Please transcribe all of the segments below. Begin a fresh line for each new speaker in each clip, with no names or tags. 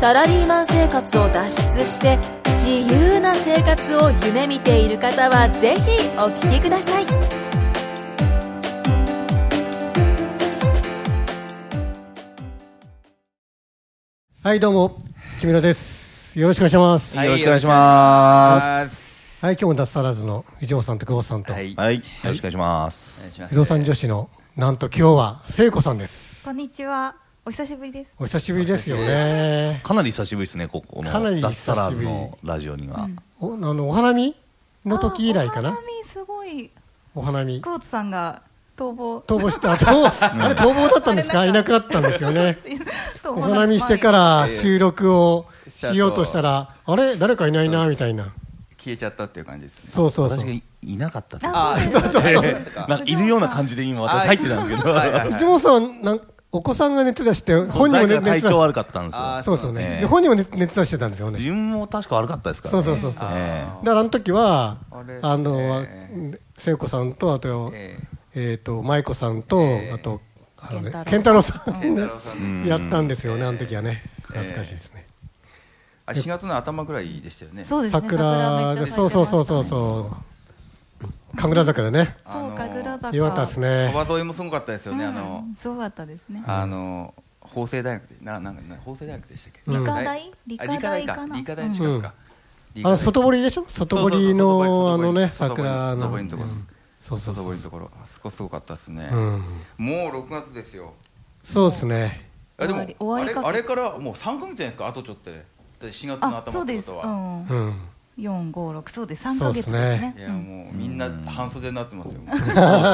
サラリーマン生活を脱出して自由な生活を夢見ている方はぜひお聞きください
はい、どうも、木村です。よろしくお願いします。
は
はいい、
よ
よ
ろ
ろ
し
し
く
く
お
お
願
願
い
い
しま。
します
今日も脱サラーズの藤本さんと久保さんと、
はい。お願
はい、よろしくお願いします。
いしま
不
す。
動産女子の、なんと今日は聖子さんです。
こんにちは。お久しぶりです。
お久しぶりですよね。
かなり久しぶりですね、ここ
かなり久
の
しぶ
脱
り
サラーズのラジオには。
お、あの、お花見の時以来か
あお
な
花。見すごい。
お花見。
久保田さんが逃亡。
逃亡した、あ と、あれ逃亡だったんですかいなくなったんですよ ね。お花見してか。ら収録をしようとしたら、あれ誰かいないな、みたいな。
消えちゃったっていう感じですね。
そうそうそう
私。がいなかったというか
あ
あ
そうです
あ、いいですか
なんかいるような感じで今私入ってたんですけど、
はいはい
藤本さん、なんお子さんが熱出して、本人も
なん
ね
か体
熱出
調
し
悪かったんです
あ
よ。
そうそうね。
ね
で本人も熱熱出してたんですよね。
自分も確か悪かったですから
そう
ね。
そうそうそう。
え
だからあの時は
あれ、
あの
え、
聖子さんと、あと、
え
えっと、舞子さんと、あと、あのね健
健
太郎さん
健
が
太郎さん
やったんですよね、あの時はね。
ええ
懐かしいですね。
あ、4月の頭ぐらいでしたよね。
そうですね。
桜
め
が、
っちゃ咲いてましたね
そうそうそうそうそう。神楽坂でね。
あ
そ
の
う、神楽坂。
よかったですね。
川沿いもすごかったですよね。あの
う、んすごかったですね。
あの、法政大学で、な、なんか、な法政大学でしたっけ
うん理
科大
はいあ理
理
科
科大
大か
か。な
理科大近くか。理
あ
科
の、
大
外堀でしょ外堀
そうそう
の、
そう
あのね、
外堀
桜の。
外堀のとこ
う
です
んそうそう
外
そ
堀
う。
のところ、あそこすごかったですね
う。ん。
もう6月ですよ。
そうですね。
あでも
終わり終わりか
あれ
け
あれからもう3か月じゃないですかあとちょっとでだって4月の
あ、
頭
そう
っ
で
て
す。
こ
う
とは、
ん。
うん。
四五六、そうです。三
そう
ヶ
で
月
す
で
ね
すね。
いや
うん
もうみんな半袖になってますよ
そう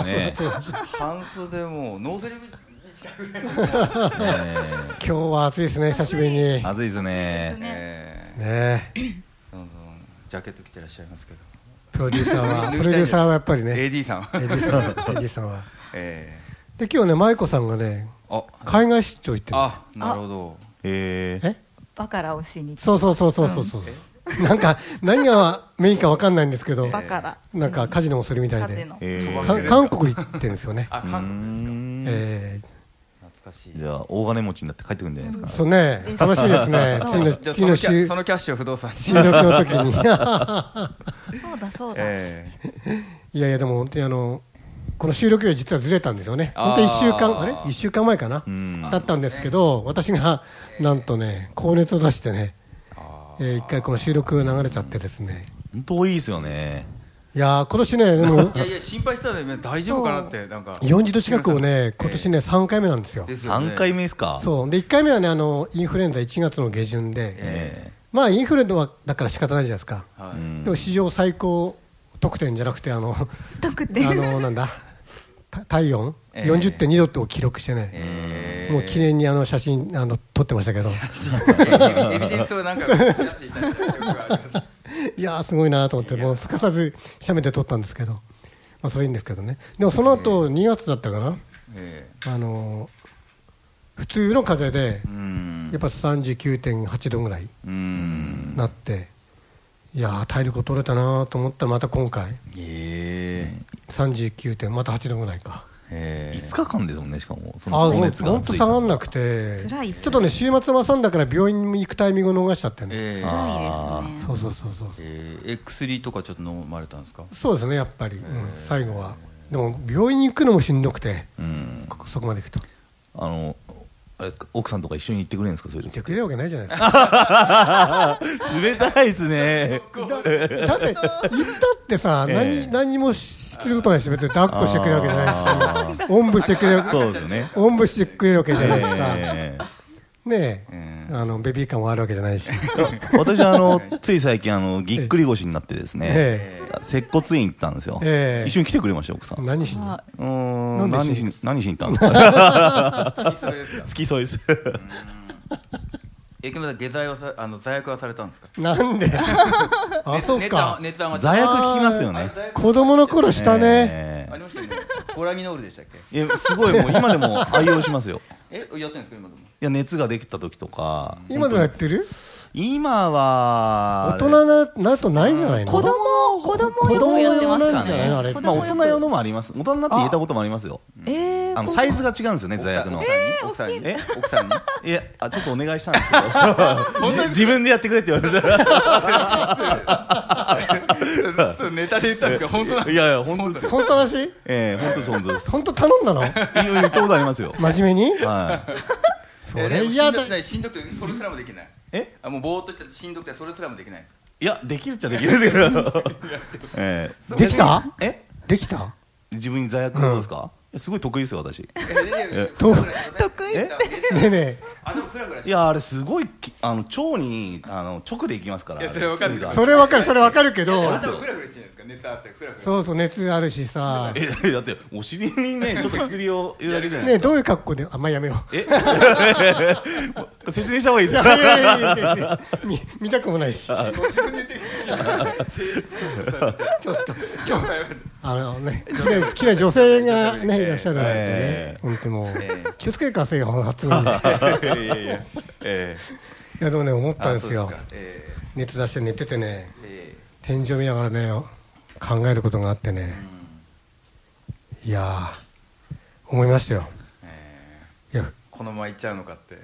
ですね。
半袖もうノースリーブ
今日は暑いですね、久しぶりに。ね
暑いですね。
え
え。
ーどんどんジャケット着てらっしゃいますけど
プロデューサーは、
抜きたい
プ
ね
ロデューサーはやっぱりね、
AD さん
エディさん、エディさんは。
え
で、今日ね、舞子さんがね、
ーあ
海外出張行ってるんです
あなるほど
え
よ。え
バカラをしに。
そうそうそうそうそうそう。なんか、何がメインかわかんないんですけど、
バカラ。
なんかカジノもするみたい
カジ
で
ノ。。
え
ー
か韓国行ってるんですよね。
あ韓国
え
ですか懐かしい
じゃあ大金持ちになって帰ってくるんじゃないで
ー、
すか。
そうね、楽しみですね。次の、
じゃあ
次
そ
の
のキャ
収
そのキャッシュを不動産
収
に
録の時に。
そうだ、 そうだ。
えー
いやいや、でも本当にあの、この収録日は実はずれたんですよね。
あー
本当1週間、あれ ?1 週間前かな
うん
だったんですけど、私がなんとね、高熱を出してね、えー一回この収録が流れちゃってですね。
本当多いですよね。
いやー、今年ね、でも
い、やいや心配したらね大丈夫かなってなんか
40度近くをね、今年ね、3回目なんですよ。
ですよね
三回目ですか。
そう。で、1回目はね、あの、インフルエンザ1月の下旬で、
え
まあ、インフルエンザはだから仕方ないじゃないですか。
ーはい
うん
でも、史上最高得点じゃなくて、あの、
特定。
あの、なんだ、た体温
えー
?40.2 度ってを記録してね。
えー
もう記念にあの写真あの撮ってましたけど、
エビデンスをなんか、
いやー、すごいなと思って、もうすかさず写メで撮ったんですけど、まあ、それいいんですけどね、でもその後2月だったかな、
え
あのー普通の風邪で
え、うん
やっぱ39.8度ぐらい
うん
なって、いやー、体力取れたなと思ったら、また今回、
え
39. 点また8度ぐらいか。
えええ
5日間ですもんねしかも。そ
あ
の
ーも
高
う
熱が
本当
続い
下
たの
がんなくて、
辛いっすね
ちょっとね、週末も挟んだから病院に行くタイミングを逃しちゃってね、
ええ
辛いです
そ
ね。
うそうそうそう、
えええ薬とかちょっと飲まれたんですか
そうですね、やっぱり、うん最後は。でも、病院に行くのもしんどくて、
うん。
こそこまで行くと。
あのあれですか奥さんとか一緒に行ってくれるんですかそれ
言ってくれるわけないじゃないですか。
冷たいですね。
だって、行ったってさ、
ええ
何、何もすることないし、別に抱っこしてくれるわけじゃないし、おんぶしてくれる、
そうですよね。
おんぶしてくれるわけじゃないしさ、
えー
ねえ
え、
あの、ベビーカーもあるわけじゃないし、
私あのつい最近あのぎっくり腰になってですね
え
接骨院行ったんですよ、
ええ
一緒に来てくれましたよ奥さんう
何しに。
あ
ーん
なん
何
で
し
し
に何しに行ったんですか
それですか
付き添いです
え木村さん下剤はさあの座薬はされたんですか
なん であ、
ね
そう
熱は
か。
熱は
座薬聞きますよね。
子供の頃したね。
え
ありましたよねオラミノールでしたっけ
えいやすごいもう今でも愛用しますよ。
えやってるんですか今でも
いや熱ができた時とか。
今でもやってる
今は
大人な、なるとないんじゃないの
子供子供よくやってます
な
か
んじゃない
ね。
あれ。
子
まあ
供
大人用のもあります。大人になって入れたこともありますよ。
ええ
あのサイズが違うんですよね座薬の。
奥さんに
え
奥さんに
いやあちょっとお願いしたんですけどじ自分でやってくれって言われたら
奥さんにそうネタで言ったんですか本当なん
いやいや本当ですよ
本当らしい
ええ本当です本当です
本当頼んだの
いや言ったことありますよ
真面目に
はい
そ
え
れ
でも
嫌
しんどく
だ。
ないしんどくてそれすらもできない
え
あもうぼーっとしてしんどくてそれすらもできないんですか
いやできるっちゃできるんですけどええ
できた
え
できた
自分に罪悪感ですか、いやすごい得意ですよ私
えいやいや
え
ふらふらしてません
得意
え
ねえね
あでもふらふらし
い
て
やあれすごいきあの腸にあの直でいきますから
いやそれわかる
あ
え、
れ
それわかる、それわかるけど、
あなたもふらふらしてるんですか熱あってふらふら
そうそう、熱あるしさ。
えだってお尻にねちょっと薬を入れるだけじゃない
ねえ、
ですか
どういう格好で、あんまあやめよう。
え説明した方がいい
い
です
や
か
いやいやいやいやいや見見たくもないし。ちょっ
もう自分で言ってくるじゃん
と、今日、 あのね、綺麗綺麗な女性がね、いらっしゃるなんてね
え。
本当もう
ええ、
気をつけてくださいよ、発音で。
いやいやいやえ
いや、でもね、思っ
え
たんですよ
あ。そうかえ
熱出して寝ててね、
ええ
天井見ながらね、考えることがあってね
えう。ん
いやー、思いましたよ。
ええ
いや、
このまま行っちゃうのかって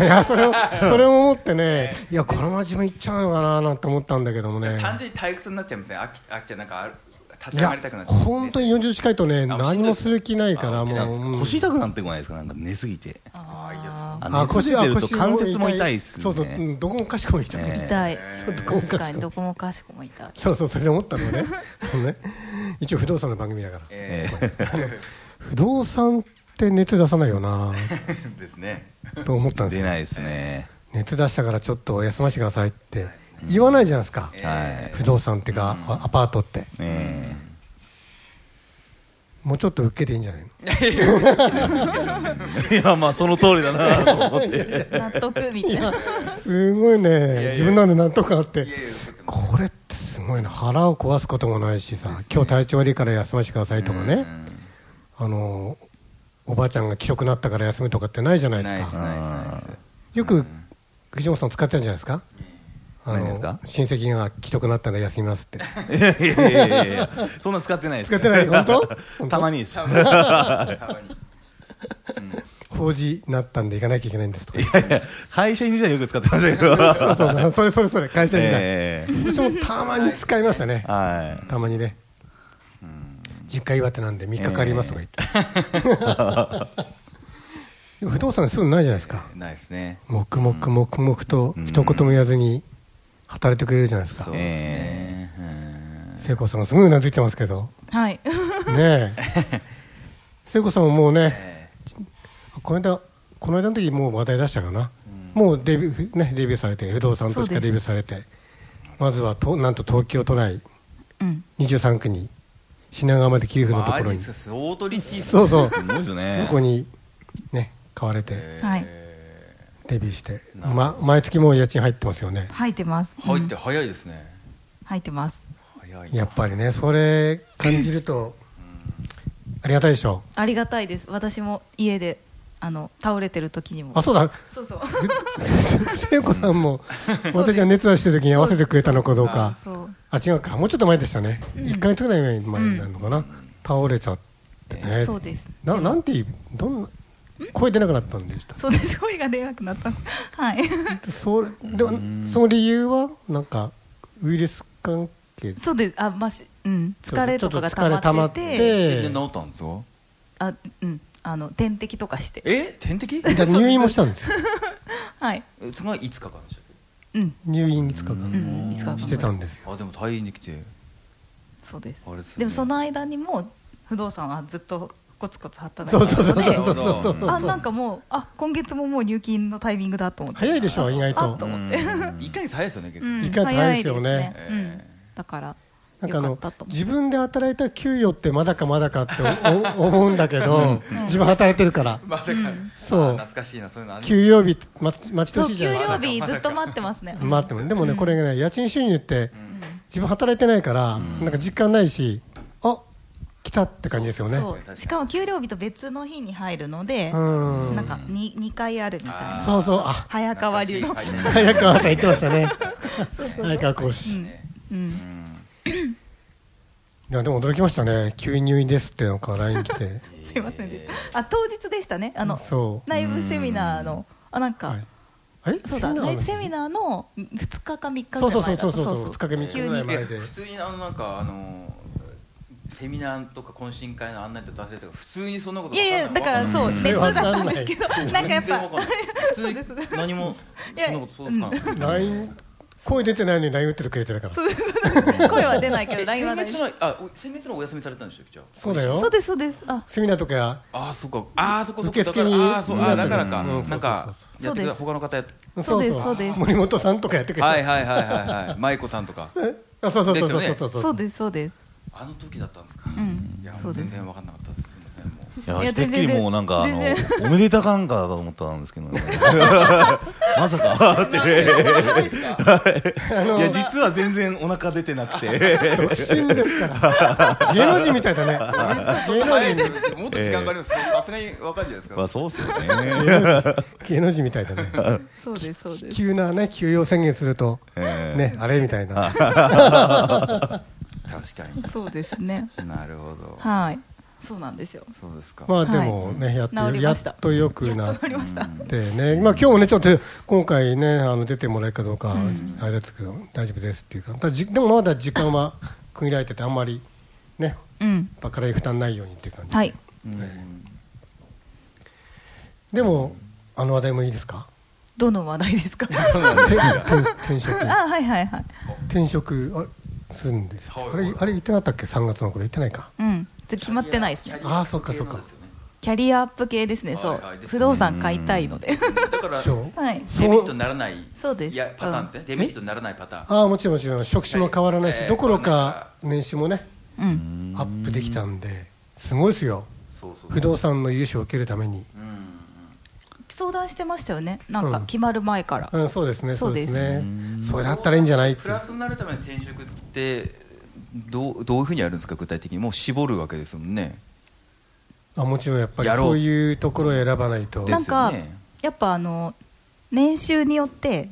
いやそれを、それを思ってね、いや、このまま自分行っちゃうのかななんて思ったんだけどもね。
単純に退屈になっちゃいません飽き飽きちゃうなんかある立
い
ち上が
や
りたくなっちゃう
本当に40近いとね、
あ
何もする気ないから、
あ
もううん、
腰痛くなってこないですかなんか寝すぎて
ああいいですね
あ熱出てると関節も痛いっすね
そうそう、うんどこもかしこも痛い。
ね
痛い。
そうどこも
確
か
か
し
に
こも
どこもかしこも痛い。
そうそう、それで思ったのね。あのね一応、不動産の番組だから。
え
不動産って熱出さないよな
え ですね
と思ったんです
出
よ。
ないですね
熱出したからちょっと休ませてくださいって言わないじゃないですか。
はい
不動産ってか、あアパートって。
え
もうちょっと受けていいんじゃないの
えいやまあその通りだなと思って
納得みたいな。
すごい
い
ね
や
自分なんでなんとかあって
いやいやそうか
これってすごいな腹を壊すこともないしさ今日体調悪いから休ませてくださいとかねあのおばあちゃんが記録なったから休むとかってないじゃないです
ナイス
か
ナイスナイ
よく藤本さん使ってるんじゃないですかあ
ないで
の
すか
親戚が既得なったら休みますって
いやいやいやいやいやそんな使ってないです
使ってない本当本当
たまにです
スたまに
法事なったんで行かなきゃいけないんですとか
会社員時代よく使ってましたけ ど
そうそうそうそれそれそれ会社時代
ええ
私もたまに使いましたね
は
たまにね実家岩手なんで3日かかりますとか言って、 でも不動産すぐないじゃないですか
ないですね
黙々黙々と一言も言わずに働いてくれるじゃないですか
そうですねうん
聖子さんもすごいうなずいてますけど
はい。
ねえ聖子さんももうね
え
この間この間の時もう話題出したかな、もうデビュー、ね、デビューされて不動産としてデビューされてまずはとなんと東京都内
うん。
23区に品川まで給
え
付のと
マ
ころ
ジっ
に
すスオートリティス
そうそう
いすごいですね
そこにね買われて
はい。
デビューして、ま、毎月もう家賃入ってますよね
吐いてます。
入っ
う
て
ん
早いですね
吐いてます。
早いな
やっぱりねそれ感じるとありがたいでしょ
ありがたいです。私も家であの倒れてる時にも
あ。そうだ
そうそう。
聖子さんも私が熱出してる時に合わせてくれたのかどうか
そう。
あ違うかもうちょっと前でしたね1か月ぐらい前になるのかな、倒れちゃってね
そうです。
ななんていうどんな声出なくなったんでした
そうです。声が出なくなったんです。 はい。
それでもその理由はなんかウイルス関係
そうです。あ、まし、うん。疲れとかが
ちょっと疲れ溜
溜
ま
ま
っ
ってて
ええ
で治ったんですか
あ、うん。あの点滴とかして。
え点滴
じゃあ入院もしたんで すよ
はい。
えそれがいつかかでし
うん。
入院5日
う
間
ん。いつかわかんない
してたんですよ
たっけあでも退院できて
そうです
あれですよね
でもその間にも不動産はずっとコツコツ働
そ
いうて
そう
た
そう
の
そうそう
で
そうそうそう
あなんかもうあ今月ももう入金のタイミングだと思って
早いでしょ意外
あと
と
思って、
一回に早いですよね結
う
構
ん
一回早いですよね
早いですねうん
え
だから
なんかあ
よ
の
かったと思う
自分で働いた給与ってまだかまだかっておお 思うんだけど自分働いてるから
まあだから
そう
懐かしいなそういうのある
給料日ま待ち
そ
遠
う
しいじ
給
ゃないです
料
か
日ずっと待ってますね。
待ってもでもねこれがね家賃収入って自分働いてないからなんか実感ないしあ来たって感じですよね
そ
確か
う
に
しかも給料日と別の日に入るので、
うん
なんかに二回あるみたいな。
そうそうあ
早変わりの。
懐かしいは
早
い
川さん言ってましたね早川講師
うん
いやでも驚きましたね急に入院ですってなんか LINE 来て
すいませんでした。あ当日でしたね。あの
そう
内部セミナーのあなんか、
はいあれ
そうだ
セミナーの
内部セミナーの二日か三日
そ
ぐ
う
ら
そ
いう
そ
前
う
だ
そうそう2日
急
目ぐらい
に
前
え
で
普通にあのなんかあのセミナーとか懇親会の案内と出せとか普通にそんなこと
いやいやだからそう
うん
熱だったんですけ ど
うん
なんかやっ
全然
ぱ
わかんない普通に
そうです
何もそんなことそうですか
LINE 声出てないのに LINE 打っててくれてたから
声は出ないけど
え
LINE は
先
ない
月のあお先月のお休みされたんでしょじゃあ
そうだよ
そうですそうですあ
セミナーとかや
あーそっかあーそっかそっか
受付に
だからあーそうあーだからか、
うんうん
なんか
そ
や
うそうそ
って
う
くだ他の方やっ
そうですそうです
森本さんとかやってくれた
はいはいはいはいはい舞子さんとか
あそうそうそうそう
です
そうそう
よ
そうですそうです
あの時だったんですか、
ん
いや
そうです
全然わかんなかったですすみませんもう
いや
いや
てっきりもうなんかあの
全
おめでたかなんかだと思ったんですけどね まさかっ ていや実は全然お腹出てなくて
独身ですから芸能人みたいだね芸能人
もっと時間かかります。さすがにわかるんじゃないですか。
まあそうっすよ ね、
芸能人芸能人みたいだね
そうですそうです
急なね休養宣言すると
えー
ねあれみたいな
確かに。
そうですね
なるほど。
はいそうなんですよ
そうですか。
まあでもねやっ
治
と
り
や
ました
っと良くなっ
わかりました
でね、まあ、今日もね、ちょっと今回ね、あの出てもらえるかどうか、あれですけど、大丈夫ですっていうか、ただじでもまだ時間は区切られてて、あんまりね、
うん
ばっかり負担ないようにっていう感じ、
はい
うん
でも、あの話題もいいですか、
どの話題ですか
て転転職、
あはいはいはい
転職あれするんです、
はい
あれ、あれ言ってなかったっけ、3月の頃言ってないか、
うんちょっと決まってないですね
あーそっかそっか
キャリアアップ系ですねそう
はいはいですね
不動産買いたいので
だから
しょ
はい
デメリットにならない。
そうです
いやパターンですね。デメリットにならないパターン。
ああ、もちろん、もちろん、職種も変わらないし、
はい
どころか年収もね、
うん
アップできたんで、すごいですよ、
そうそう。
不動産の融資を受けるために。
うん。
相談してましたよねなんか
うん
決まる前から、
うん、そうですね、
そ
そうう
で
ですすね。それだったらいいんじゃないって
プラスになるための転職ってどうどういう風にやるんですか具体的にもう絞るわけですもんね。
あ、もちろんやっぱり
やろう
そういうところを選ばないと
で。
なん
すよ
か、
ね
やっぱあの年収によって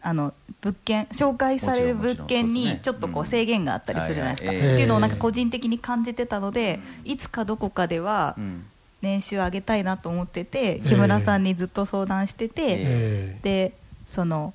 あの物件紹介される
もちろ
物
ん
件
もちろんそうです
に
ね
ちょっとこう制限があったりするじゃないですか、
うんはい
はい
っていうのをなんか
ええ
個人的に感じてたのでいつかどこかでは
うん。
年収上げたいなと思って
え
て木村さんにずっと相談してて、
え
でその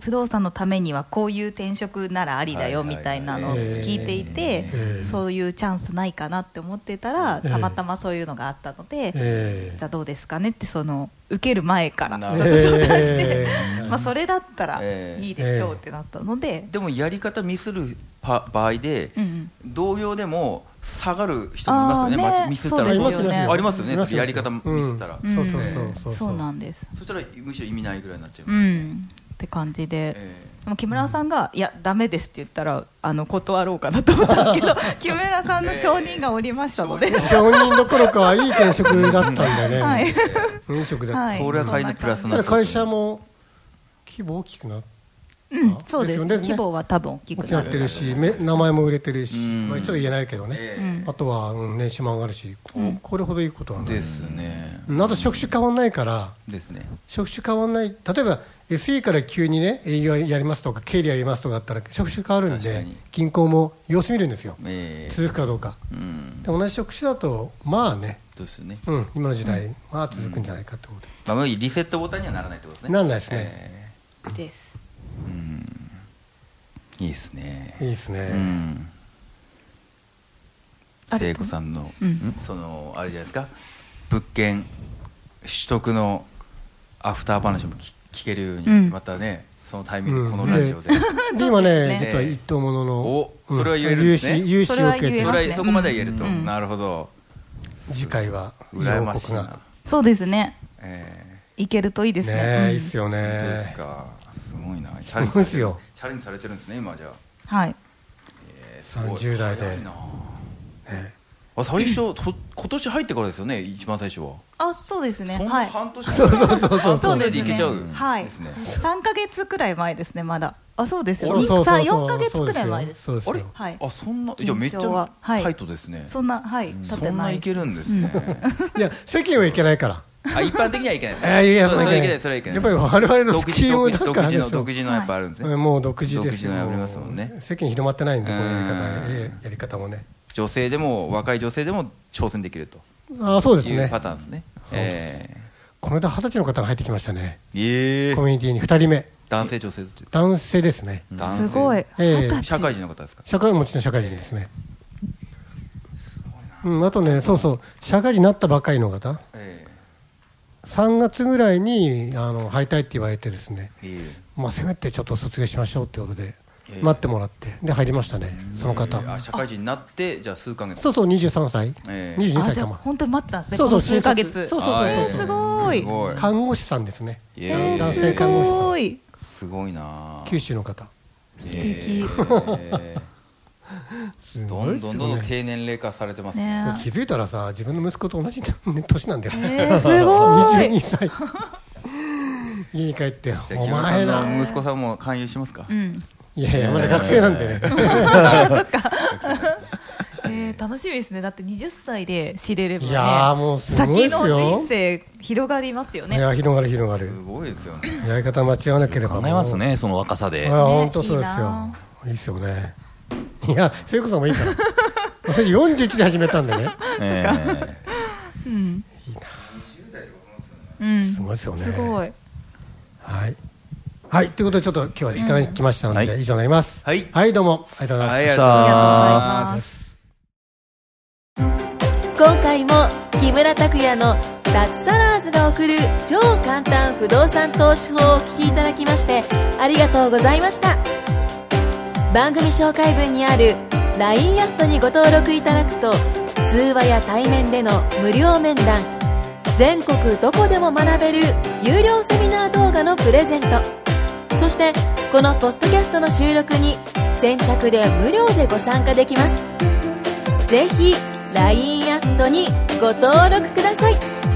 不動産のためにはこういう転職ならありだよ
はいはい
み
はい
たいなのを聞いていて
ええ
そういうチャンスないかなって思ってたら
ええ
たまたまそういうのがあったので
え。え
じゃあどうですかねってその受ける前からちょ
なる
っと
ど
ほ
相談して、
えー
まあそれだったら
えー
いいでしょうってなったので、
でもやり方ミスるパ場合で
うんうん
同業でも下がる人もいますよね。
あーね
まミスったら
そうです
あ
よ
り
ね
ありますよね。
い
それやり方ミスったら。
うんそう
うん
そうそうそう。
そうなんです
そしたらむしろ意味ないぐらいになっちゃいうます。
んって感じで、
え
でも木村さんが「いやダメです」って言ったらあの断ろうかなと思ったん ですけど木村さんの承認がおりましたので、
承認どころかはいい転職だったんだよね。
はい、
飲食だ
は
っ
い
た。
それは仮にプラス
た
にな
だ
っちゃう
会社も規模大きくなっ
うん、 そうで
です
す
よね
規模は多分大き
大
く
きくな
な
っ
る
てるし、め名前も売れてるし、
うん
まあちょっと言えないけどね。
え
あとはうん年収も上がるし、これほどいいことは
え
ない。
ですね。
うんあと職種変わんないから。
ですね。
職種変わんない、例えば SE から急にね、営業やりますとか、経理やりますとかだったら、職種変わるん
確か
で
に、
銀行も様子見るんですよ、
ええ
続くかどうか。
うん。
で同じ職種だと、まあね、
ですね。
うん、今の時代、まあ続くんじゃないかってことで、
まあリセットボタンにはならないってことですね。
なんないですね、
え
です
えうん。いいですね。
いいです
う
ね、
ん。
あ
聖子さんの、
うん
そのあれじゃないですか。物件取得のアフター話も聞聞けるように、
うん
またね、そのタイミング
う
で
ん
このラジオで。
で今ね、
ね
実は一等ものの、
お
うん
それは言えるんですね
融資融資を受け
え
て
そ
ま、すね
れはそこまでは言えると、
うん
なるほど。
次回は、報
羨ましい
告
な
が、。
そうですね
え
いけるといいですね
ねえ、いいっ
うん
すよ
えどうです
ね、
か。すごいな。チ
そうですよ
チャレンジされてるんですね今じゃあ。
はい
えー
30代で
早いなあ最初と今年入ってからですよね一番最初は
あそうですね
そん
は
ない半年 そうそうそうそう
そう
で
です
い
ね
けちゃうん
はい
ですね
三ヶ月くらい前ですねまだあそうですよ
そうそうそう
さ
そう
四ヶ月くらい前です
そうです
あ
よ
れ
はい
あそんなじゃあめっち
緊張
ゃ
ははい
タイトですね
そんなはい立
そ
て
ん
な
ないいけ
る
るんですね
いや世間はいけないから
あ一般的にはいけない
え いや
そ
それ
れ
は
はい
い
け
けな
な
いい
それはいけない
やっぱり我々の
独
ス
自
キーをなん
独
かある
自
で
の
しょ
独自のやっぱあるんですね、
うんもう独自です
独自のやりますもんね
う世間に広まってないんでこういうやり方
うん
ええやり方もね
女性でも若い女性でも挑戦できると
ああそうです
いう
ね
パターンですね
う
え
この間二十歳の方が入ってきましたね
ーえ
コ
ー
ミュニティに二人目
男性女性どっちですか
男性ですね
男性
すごい
ええ
二十歳
社会人の方ですか
社会もちろん社会人ですねうんあとねそうそう社会人になったばかりの方
え
3月ぐらいにあの入りたいって言われてですね
えいい
まあ、せめてちょっと卒業しましょうってことで、
ええ
待ってもらってで入りましたねその方、
えーあ社会人になってじゃあ数ヶ月
そうそう23歳、
ええ
22
あ
歳
じゃ
か
あ
も
本当に待ってたんですね
そう
こ
そう
の数ヶ月
就そうそう
あー
そう
えー
すごい
すごい
看護師さんですね
えー
男性看護師さん
すごい
すごいな
九州の方
素敵
えー
す
ど
ごい
ん
っす
ど
よ
んどんどん
ね
低年齢化されてますね
ね
気づいたらさ自分の息子と同じ年なんだよ、
え ーすごい
22歳家に帰って
じゃあ
お
木村
前
さ
ら
んの息子さんも勧誘しますか
うん
いやいやまだ学生なんでね、
えー、楽しみですねだって20歳で知れればね
いやーもうすごいですよ
先の人生広がりますよ
い
ね
や広がる広が
す
る
ごいですよね
やり方間違わなければ
叶えますねその若さで
あ本当そうで
いい
すよ
な。
いいですよね。いや、聖子さんもいい から。私四十一で始めたんでね。
ええ
うん
すごいですよね。
すごい
はい。はい、ということで、ちょっと今日は時間が来ましたの
は
で、以上になります。
はい
はい、どうも、ありがとうございます。
はいありがとうございます
あ
ありがとうございます
今回も木村拓哉の脱サラーズが送る超簡単不動産投資法をお聞きいただきましてありがとうございました番組紹介文にある LINE アットにご登録いただくと通話や対面での無料面談全国どこでも学べる有料セミナー動画のプレゼントそしてこのポッドキャストの収録に先着で無料でご参加できますぜひ LINE アットにご登録ください